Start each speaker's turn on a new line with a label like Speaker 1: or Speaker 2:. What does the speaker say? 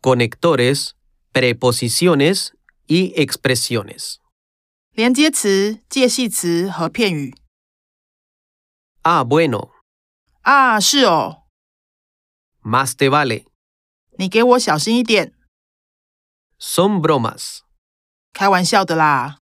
Speaker 1: Conectores, preposiciones y expresiones.
Speaker 2: 连接词、介系词和片语。
Speaker 1: Ah, bueno,
Speaker 2: 啊，是哦，
Speaker 1: más te vale.
Speaker 2: 你给我小心一点，
Speaker 1: Son bromas.
Speaker 2: 开玩笑的啦。